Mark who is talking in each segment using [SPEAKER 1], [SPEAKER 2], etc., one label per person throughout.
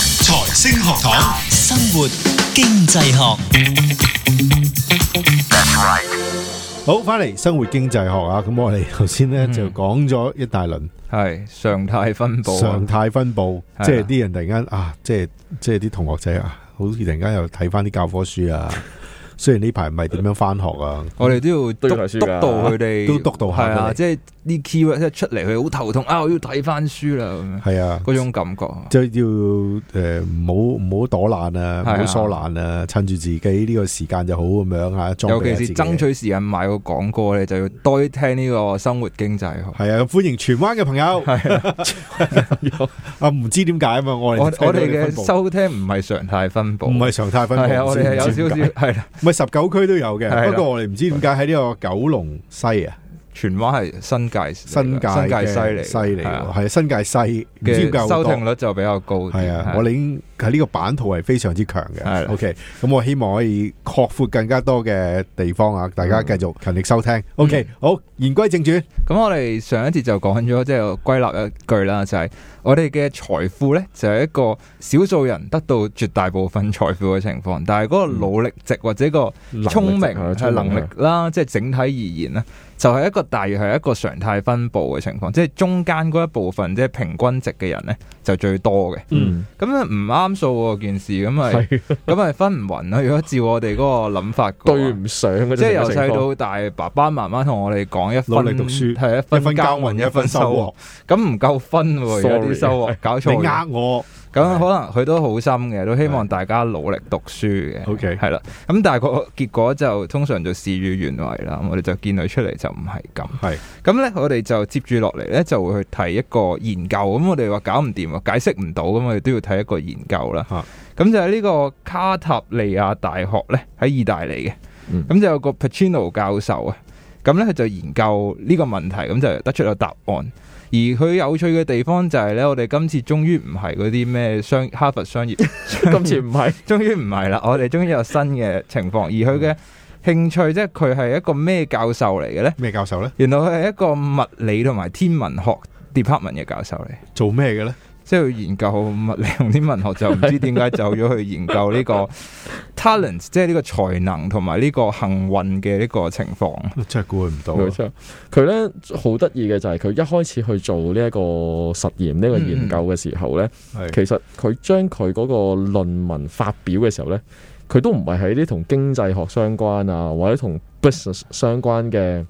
[SPEAKER 1] 星學堂，
[SPEAKER 2] 生活經濟學，
[SPEAKER 3] 好，翻嚟生活經濟學啊！咁我哋頭先咧
[SPEAKER 4] 嗯
[SPEAKER 3] 就講咗一大輪
[SPEAKER 4] 係常態分布啊，
[SPEAKER 3] 常態分佈，
[SPEAKER 4] 係啊
[SPEAKER 3] 即係啲人突然間啊，即係即係啲同學仔啊，好似突然間又睇翻啲教科書啊。雖然呢排唔係點樣翻學啊，
[SPEAKER 4] 我哋都要督
[SPEAKER 5] 都要
[SPEAKER 4] 督
[SPEAKER 5] 睇書㗎
[SPEAKER 4] 到佢哋，
[SPEAKER 3] 都督導下
[SPEAKER 4] 係啊，
[SPEAKER 3] 佢哋
[SPEAKER 4] 即係啲 keyword 即係出嚟，佢好頭痛啊！我要睇翻書啦，咁樣
[SPEAKER 3] 係啊，
[SPEAKER 4] 嗰種感覺。
[SPEAKER 3] 即係要誒唔好唔好躲懶啊，唔
[SPEAKER 4] 係
[SPEAKER 3] 好
[SPEAKER 4] 啊
[SPEAKER 3] 疏懶啊，趁住自己呢個時間就好咁樣啊，裝
[SPEAKER 4] 尤
[SPEAKER 3] 備下
[SPEAKER 4] 其
[SPEAKER 3] 自己
[SPEAKER 4] 是爭取時間買個廣告咧，就要多啲聽呢個生活經濟學。
[SPEAKER 3] 係啊，歡迎荃灣嘅朋友。 啊，唔知點解啊嘛，我
[SPEAKER 4] 我
[SPEAKER 3] 哋聽
[SPEAKER 4] 我
[SPEAKER 3] 到你
[SPEAKER 4] 哋
[SPEAKER 3] 分佈
[SPEAKER 4] 嘅收聽唔係常態分布，
[SPEAKER 3] 唔係常態分佈，
[SPEAKER 4] 係啊，我哋係有
[SPEAKER 3] 唔知點
[SPEAKER 4] 少
[SPEAKER 3] 解
[SPEAKER 4] 少係啦。
[SPEAKER 3] 唔係十九區都有
[SPEAKER 4] 係
[SPEAKER 3] 嘅，
[SPEAKER 4] 啦
[SPEAKER 3] 不過我哋唔知點解喺呢個九龍西啊，
[SPEAKER 4] 荃灣係新界
[SPEAKER 3] 新界
[SPEAKER 4] 新界西
[SPEAKER 3] 嘅
[SPEAKER 4] 嚟，
[SPEAKER 3] 西嚟
[SPEAKER 4] 係
[SPEAKER 3] 喎，
[SPEAKER 4] 啊
[SPEAKER 3] 係啊新界西，唔知點解
[SPEAKER 4] 嘅
[SPEAKER 3] 好
[SPEAKER 4] 收
[SPEAKER 3] 多
[SPEAKER 4] 聽率就比較高啲。
[SPEAKER 3] 係啊，我哋已經喺呢個版圖係非常之強
[SPEAKER 4] 係
[SPEAKER 3] 嘅。
[SPEAKER 4] 啦
[SPEAKER 3] OK，咁我希望可以擴闊更加多嘅地方啊，大家繼續勤力收聽。OK，好，言歸正傳，
[SPEAKER 4] 咁我哋上一節就講咗，即係呃歸納一句啦，就係、我哋嘅財富呢，就係、一個少數人得到絕大部分財富嘅情況，但係嗰個努力值或者個聰明
[SPEAKER 5] 能力值
[SPEAKER 4] 係
[SPEAKER 5] 啊
[SPEAKER 4] 能力啦，即係整體而言呢，就係、一個大約係一個常態分佈嘅情況，即係中間嗰一部分即係平均值嘅人呢，就最多嘅。
[SPEAKER 5] 嗯，
[SPEAKER 4] 咁啊唔啱數喎件事，咁咪咁咪分唔勻啦。如果照我哋嗰個諗法嘅話，
[SPEAKER 5] 對唔上嘅啫
[SPEAKER 4] 即係由
[SPEAKER 5] 成個
[SPEAKER 4] 細
[SPEAKER 5] 情況
[SPEAKER 4] 到大，爸爸媽媽同我哋講一分
[SPEAKER 3] 努力讀書
[SPEAKER 4] 係一
[SPEAKER 3] 一
[SPEAKER 4] 分
[SPEAKER 3] 分耕耘一分收穫。
[SPEAKER 4] 穫，咁唔夠分 喎，有
[SPEAKER 5] Sorry
[SPEAKER 4] 啲收穫搞錯
[SPEAKER 3] 你呃
[SPEAKER 4] 嘢。
[SPEAKER 3] 我，
[SPEAKER 4] 咁可能佢都好心嘅，都希望大家努力讀書嘅。
[SPEAKER 3] OK
[SPEAKER 4] 係啦，咁但係個結果就通常就事與願違啦。我哋就見佢出嚟就唔係咁。
[SPEAKER 3] 係
[SPEAKER 4] 咁咧，我哋就接住落嚟咧，就會去睇一個研究。咁我哋話搞唔掂啊，解釋唔到，咁我哋都要睇一個研究啦。
[SPEAKER 3] 啊
[SPEAKER 4] 咁就係呢個卡塔利亞大學咧，喺意大利嘅。
[SPEAKER 5] 嗯
[SPEAKER 4] 咁、就有個 Pacino 教授啊，咁咧佢就研究呢個問題，咁就得出咗答案。而佢有趣嘅地方就係咧，我哋今次終於唔係嗰啲咩商哈佛商 業，
[SPEAKER 5] 今次唔係
[SPEAKER 4] 終於唔係啦，我哋終於有新嘅情況。而佢
[SPEAKER 5] 嗯
[SPEAKER 4] 嘅興趣即係佢係一個咩教授嚟嘅咧？
[SPEAKER 3] 咩教授咧？
[SPEAKER 4] 原來佢係一個物理同埋天文學 department 嘅教授嚟，
[SPEAKER 3] 做咩嘅咧？
[SPEAKER 4] 即係佢研究物理同天文學，就唔知點解走咗去研究呢 個 talent，即係呢個才能同埋呢個幸運嘅呢個情況。
[SPEAKER 3] 真係估佢唔到啊。
[SPEAKER 5] 冇錯。佢咧好得意嘅就係佢一開始去做呢一個實驗呢、個研究嘅時候咧，
[SPEAKER 3] 係
[SPEAKER 5] 其實佢將佢嗰個論文發表嘅時候咧，佢都唔係喺啲同經濟學相關啊，或者同 business 相關嘅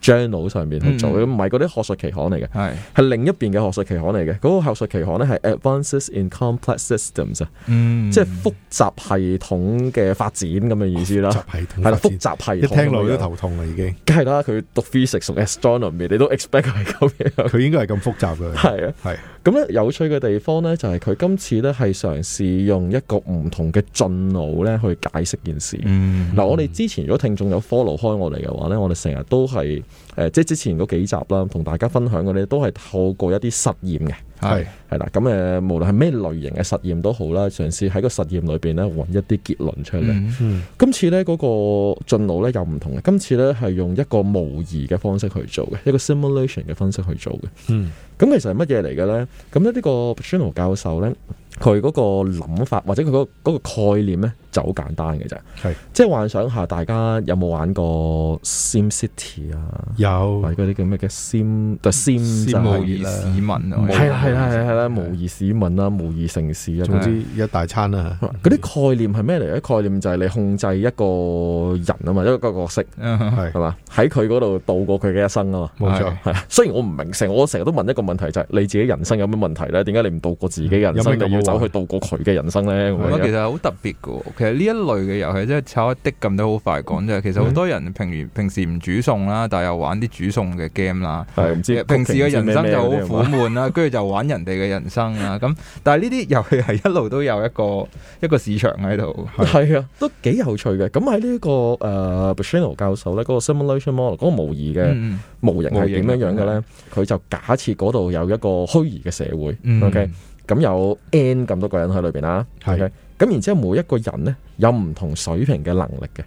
[SPEAKER 5] journal 上面去做，
[SPEAKER 4] 嗯
[SPEAKER 5] 唔係嗰啲學術期刊嚟嘅。
[SPEAKER 4] 係，
[SPEAKER 5] 係另一邊嘅學術期刊嚟嘅，嗰、個學術期刊咧係 Advances in Complex Systems 啊、
[SPEAKER 4] 嗯
[SPEAKER 5] 即係複雜系統嘅發展咁嘅意思啦。
[SPEAKER 3] 集系統
[SPEAKER 5] 哦係啦，
[SPEAKER 3] 發展
[SPEAKER 5] 複雜系
[SPEAKER 3] 一
[SPEAKER 5] 統咁樣。
[SPEAKER 3] 聽落去都頭痛啦，已經。
[SPEAKER 5] 梗係啦，佢讀 physics 同 astronomy，你都 expect 佢係咁樣。
[SPEAKER 3] 佢應該係咁複雜嘅。
[SPEAKER 5] 係啊，
[SPEAKER 3] 係
[SPEAKER 5] 咁咧有趣嘅地方咧，就係、佢今次咧係嘗試用一個唔同嘅進路咧去解釋件事。
[SPEAKER 4] 嗯
[SPEAKER 5] 嗱，我哋之前如果聽眾有 follow 開我哋嘅話咧，我哋成日都係誒、呃即係之前嗰幾集啦，同大家分享嘅咧，都係透過一啲實驗嘅。
[SPEAKER 4] 係
[SPEAKER 3] 係
[SPEAKER 5] 係啦，咁誒，呃無論係咩類型嘅實驗都好啦，嘗試喺個實驗裏邊咧揾一啲結論出嚟。
[SPEAKER 4] 嗯
[SPEAKER 3] 嗯
[SPEAKER 5] 今次咧嗰個進路咧又唔同嘅，今次咧係用一個模擬嘅方式去做嘅，一個 simulation 嘅方式去做嘅。
[SPEAKER 3] 嗯
[SPEAKER 5] 咁其實係乜嘢嚟嘅咧？咁咧呢個 Pacino 教授咧，佢嗰個諗法或者佢嗰、個嗰個概念咧就好簡單嘅啫。
[SPEAKER 3] 係
[SPEAKER 5] 即係幻想下，大家有冇玩過 SimCity 啊，
[SPEAKER 3] 有
[SPEAKER 5] 或者嗰啲叫咩嘅 Sim 就 Sim 就
[SPEAKER 3] 係
[SPEAKER 4] 模
[SPEAKER 5] 係
[SPEAKER 4] 擬市民啊，
[SPEAKER 5] 係啦係啦係啦係啦，模擬市民啦，模擬城市啊，
[SPEAKER 3] 總之一大餐啦。
[SPEAKER 5] 嗰啲概念係咩嚟咧？概念就係你控制一個人啊嘛，一個角色
[SPEAKER 4] 嗯
[SPEAKER 3] 係
[SPEAKER 5] 係嘛，喺佢嗰度度過佢嘅一生啊嘛。
[SPEAKER 3] 冇錯，
[SPEAKER 5] 係啊，雖然我唔明，成日我成日都問一個問題就係、你自己人生有咩問題咧？點解你唔度過自己嘅人
[SPEAKER 3] 有咩
[SPEAKER 5] 生，
[SPEAKER 3] 咁
[SPEAKER 5] 你要
[SPEAKER 4] 啊
[SPEAKER 3] 好
[SPEAKER 5] 走
[SPEAKER 3] 玩
[SPEAKER 5] 去度過佢嘅人生咧？咁
[SPEAKER 4] 咁啊，其
[SPEAKER 5] 樣
[SPEAKER 4] 實好特別嘅喎。其實呢一類嘅遊戲，即係炒一滴撳得好快講啫。其實好多人平如平時唔煮餸啦，但係又玩啲煮餸嘅 game 啦。
[SPEAKER 5] 係唔知
[SPEAKER 4] 平時嘅人生就好苦
[SPEAKER 5] 苦。
[SPEAKER 4] 悶啦，跟 住就玩人哋嘅人生啦。咁但係呢啲遊戲係一路都有一個一個市場喺度。
[SPEAKER 5] 係啊，都幾有趣嘅。咁喺呢個誒、呃 Bushino 教授咧，嗰、個 simulation model 嗰個模擬嘅。
[SPEAKER 4] 嗯
[SPEAKER 5] 模型係點樣樣嘅
[SPEAKER 4] 模型
[SPEAKER 5] 咧？佢就假設嗰度有一個虛擬嘅社會、
[SPEAKER 4] 嗯
[SPEAKER 5] o k 咁有 N 咁多個人喺裏邊啦
[SPEAKER 3] 係
[SPEAKER 5] ，OK，咁然之後每一個人咧有唔同水平嘅能力嘅，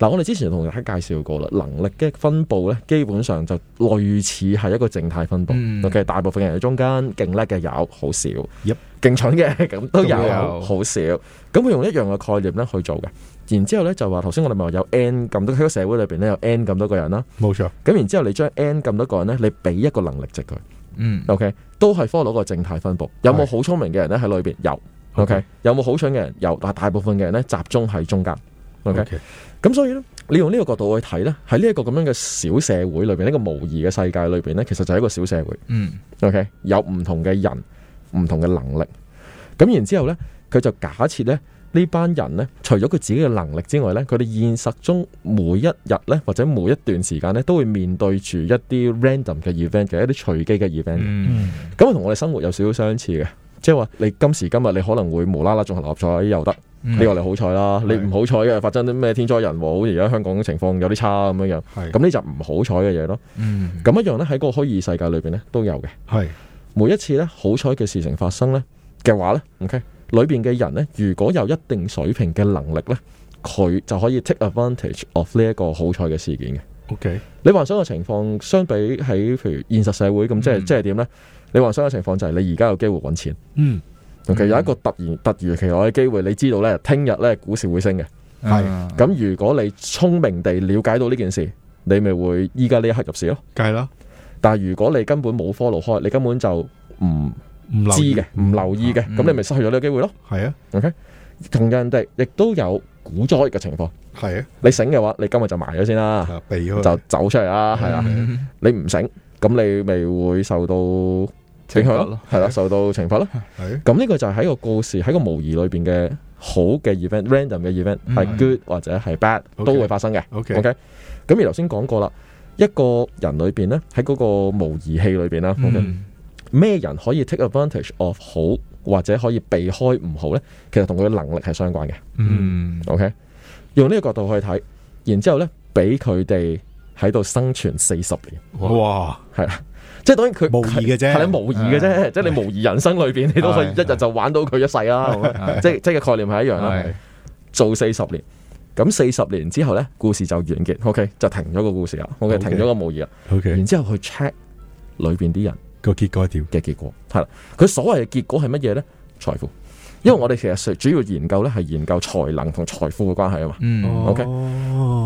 [SPEAKER 5] 嗱，我哋之前同大家介紹過啦，能力嘅分布咧，基本上就類似係一個靜態分布。
[SPEAKER 4] 嗯
[SPEAKER 5] OK，大部分人喺中間，勁叻嘅有，好少。
[SPEAKER 3] Yep
[SPEAKER 5] 勁蠢嘅咁都有
[SPEAKER 4] 都有，
[SPEAKER 5] 好少。咁佢用一樣嘅概念咧去做嘅。然之後咧就話頭先我哋咪話有 n 咁多喺個社會裏邊咧有 n 咁多個人啦。
[SPEAKER 3] 冇錯，
[SPEAKER 5] 咁然之後你將 n 咁多個人咧，你俾一個能力值佢。
[SPEAKER 4] 嗯
[SPEAKER 5] OK，都係 follow 個靜態分布。有冇好聰明嘅人咧喺裏邊？有。
[SPEAKER 3] OK
[SPEAKER 5] OK，有冇好蠢嘅人？有，但係大部分嘅人咧集中喺中間。OK。
[SPEAKER 3] OK，
[SPEAKER 5] 咁所以咧，你用呢個角度去睇咧，喺呢一個咁樣嘅小社會裏邊，呢、個模擬嘅世界裏邊咧，其實就係一個小社會。
[SPEAKER 4] 嗯
[SPEAKER 5] OK，有唔同嘅人，唔同嘅能力。咁然之後咧，佢就假設咧，呢班人咧，除咗佢自己嘅能力之外咧，佢哋現實中每一日咧，或者每一段時間咧，都會面對住一啲 random 嘅 event 嘅一啲隨機嘅 event 嘅。
[SPEAKER 4] 嗯
[SPEAKER 5] 咁啊，同我哋生活有少少相似嘅，即係話你今時今日你可能會無啦啦中六合彩又得，呢個你好彩啦。你
[SPEAKER 3] 嗯係
[SPEAKER 5] 唔好彩嘅發生啲咩天災人禍，好似而家香港嘅情況有啲差咁樣樣，
[SPEAKER 3] 係
[SPEAKER 5] 咁呢就唔好彩嘅嘢咯。
[SPEAKER 4] 嗯
[SPEAKER 5] 咁一樣咧喺個虛擬世界裏邊咧都有嘅。
[SPEAKER 3] 係
[SPEAKER 5] 每一次咧好彩嘅事情發生咧嘅話咧，OK，裏邊嘅人咧如果有一定水平嘅能力咧，佢就可以 take advantage of 呢一個好彩嘅事件嘅。
[SPEAKER 3] OK，
[SPEAKER 5] 你幻想嘅情況相比喺譬如現實社會咁，即係
[SPEAKER 4] 嗯
[SPEAKER 5] 即係點咧？你幻想嘅情況就係你而家有機會揾錢。
[SPEAKER 3] 嗯，
[SPEAKER 5] OK，
[SPEAKER 4] 嗯
[SPEAKER 5] 有一個突然突如其來嘅機會，你知道咧，聽日咧股市會升嘅。
[SPEAKER 4] 係
[SPEAKER 5] 咁如果你聰明地了解到呢件事，你咪會依家呢一刻入市咯。
[SPEAKER 3] 梗係啦，
[SPEAKER 5] 但係如果你根本冇 follow 開，你根本就唔
[SPEAKER 3] 唔留
[SPEAKER 5] 知
[SPEAKER 3] 意啊
[SPEAKER 5] 嘅，唔留意嘅，
[SPEAKER 4] 嗯
[SPEAKER 5] 咁你咪失去咗呢個機會咯。
[SPEAKER 3] 係啊，
[SPEAKER 5] OK，同人哋亦都有股災嘅情況，
[SPEAKER 3] 係
[SPEAKER 5] 你醒嘅話，你今日就埋咗先啦，
[SPEAKER 3] 啊，避開
[SPEAKER 5] 就走出嚟啦，係啊。
[SPEAKER 4] 嗯
[SPEAKER 5] 你唔醒，咁你咪會受到影
[SPEAKER 4] 懲
[SPEAKER 5] 響
[SPEAKER 4] 罰
[SPEAKER 5] 咯
[SPEAKER 4] 咯，
[SPEAKER 5] 係啦，受到懲罰咯。
[SPEAKER 3] 係
[SPEAKER 5] 咁呢個就係喺個故事喺個模擬裏邊嘅好嘅 event、random 嘅 event
[SPEAKER 4] 嗯
[SPEAKER 5] 係 good 或者係 bad
[SPEAKER 3] OK
[SPEAKER 5] 都會發生嘅。
[SPEAKER 3] OK，
[SPEAKER 5] OK，咁而頭先講過啦，一個人裏邊咧喺嗰個模擬器裏邊啦，OK，
[SPEAKER 4] 嗯
[SPEAKER 5] 咩人可以 take advantage of 好或者可以避開唔好咧？其實同佢嘅能力係相關嘅。
[SPEAKER 4] 嗯
[SPEAKER 5] OK，用呢個角度去睇，然之後咧俾佢哋喺度生存四十年。
[SPEAKER 3] 哇，
[SPEAKER 5] 系啦，即系当然佢
[SPEAKER 3] 模擬嘅啫嗯
[SPEAKER 5] 系你模擬嘅啫，即系你模擬人生裏边，你都可以一日就玩到佢一世啦，
[SPEAKER 3] 哦
[SPEAKER 5] 係咪即系即系概念係一樣啦。
[SPEAKER 4] 係
[SPEAKER 5] 做四十年，咁四十年之後咧，故事就完結，OK 就停咗個故事啦，OK
[SPEAKER 3] OK
[SPEAKER 5] 停咗個模擬啦，
[SPEAKER 3] ，OK，
[SPEAKER 5] 然之後去 check 裏边啲人
[SPEAKER 3] 個結果係點？
[SPEAKER 5] 嘅結果，係啦，佢所謂嘅結果係乜嘢咧？財富，因為我哋其實主要研究咧係研究才能同財富嘅關係啊嘛。
[SPEAKER 3] 哦
[SPEAKER 4] 嗯
[SPEAKER 5] OK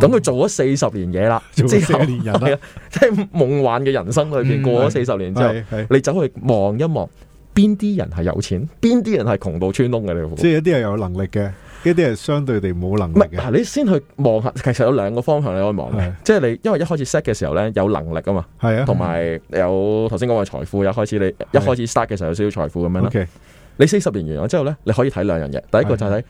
[SPEAKER 5] 咁佢做咗四十年嘢啦，之
[SPEAKER 3] 做咗
[SPEAKER 5] 後
[SPEAKER 3] 40年人啦
[SPEAKER 5] 係啊，即係夢幻嘅人生裏邊
[SPEAKER 4] 嗯
[SPEAKER 5] 過咗四十年之後。
[SPEAKER 3] 係係
[SPEAKER 5] 你走去望一望，邊啲人係有錢，邊啲人係窮到穿窿嘅你會
[SPEAKER 3] 即係一啲係有能力嘅，一啲係相對地冇能
[SPEAKER 5] 唔
[SPEAKER 3] 力
[SPEAKER 5] 係
[SPEAKER 3] 嘅，
[SPEAKER 5] 嗱，你先去望下，其實有兩個方向你可以望嘅
[SPEAKER 3] 係，
[SPEAKER 5] 即係你因為一開始 set 嘅時候咧有能力啊嘛，
[SPEAKER 3] 係啊
[SPEAKER 5] 同埋有頭先講嘅財富，有開始你一開始 start 嘅時候有少少財富咁樣啦。
[SPEAKER 3] ，OK，
[SPEAKER 5] 你四十年完咗之後咧，你可以睇兩樣嘢，第一個就係睇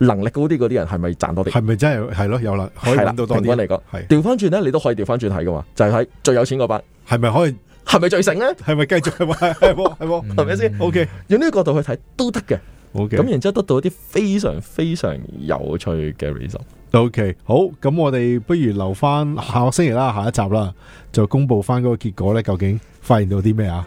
[SPEAKER 5] 能力高啲嗰啲人係咪賺多啲，
[SPEAKER 3] 係咪真係係咯？有能可以
[SPEAKER 5] 係啦，
[SPEAKER 3] 揾到
[SPEAKER 5] 平
[SPEAKER 3] 多啲，
[SPEAKER 5] 均嚟講，
[SPEAKER 3] 係
[SPEAKER 5] 調翻轉咧你都可以調翻轉睇噶嘛，就係睇最有錢嗰班
[SPEAKER 3] 係咪可以？
[SPEAKER 5] 係咪最醒咧，
[SPEAKER 3] 係咪繼續係咪係喎係喎
[SPEAKER 5] 係咪先？
[SPEAKER 3] ？OK
[SPEAKER 5] 用呢個角度去睇都得嘅。
[SPEAKER 3] 嗯 OK，
[SPEAKER 5] 嗯咁然之後得到一啲非常非常有趣嘅 result。
[SPEAKER 3] O、k 好，咁我哋不如留翻下個星期啦，下一集啦，就公布翻嗰個結果咧，究竟發現到啲咩啊？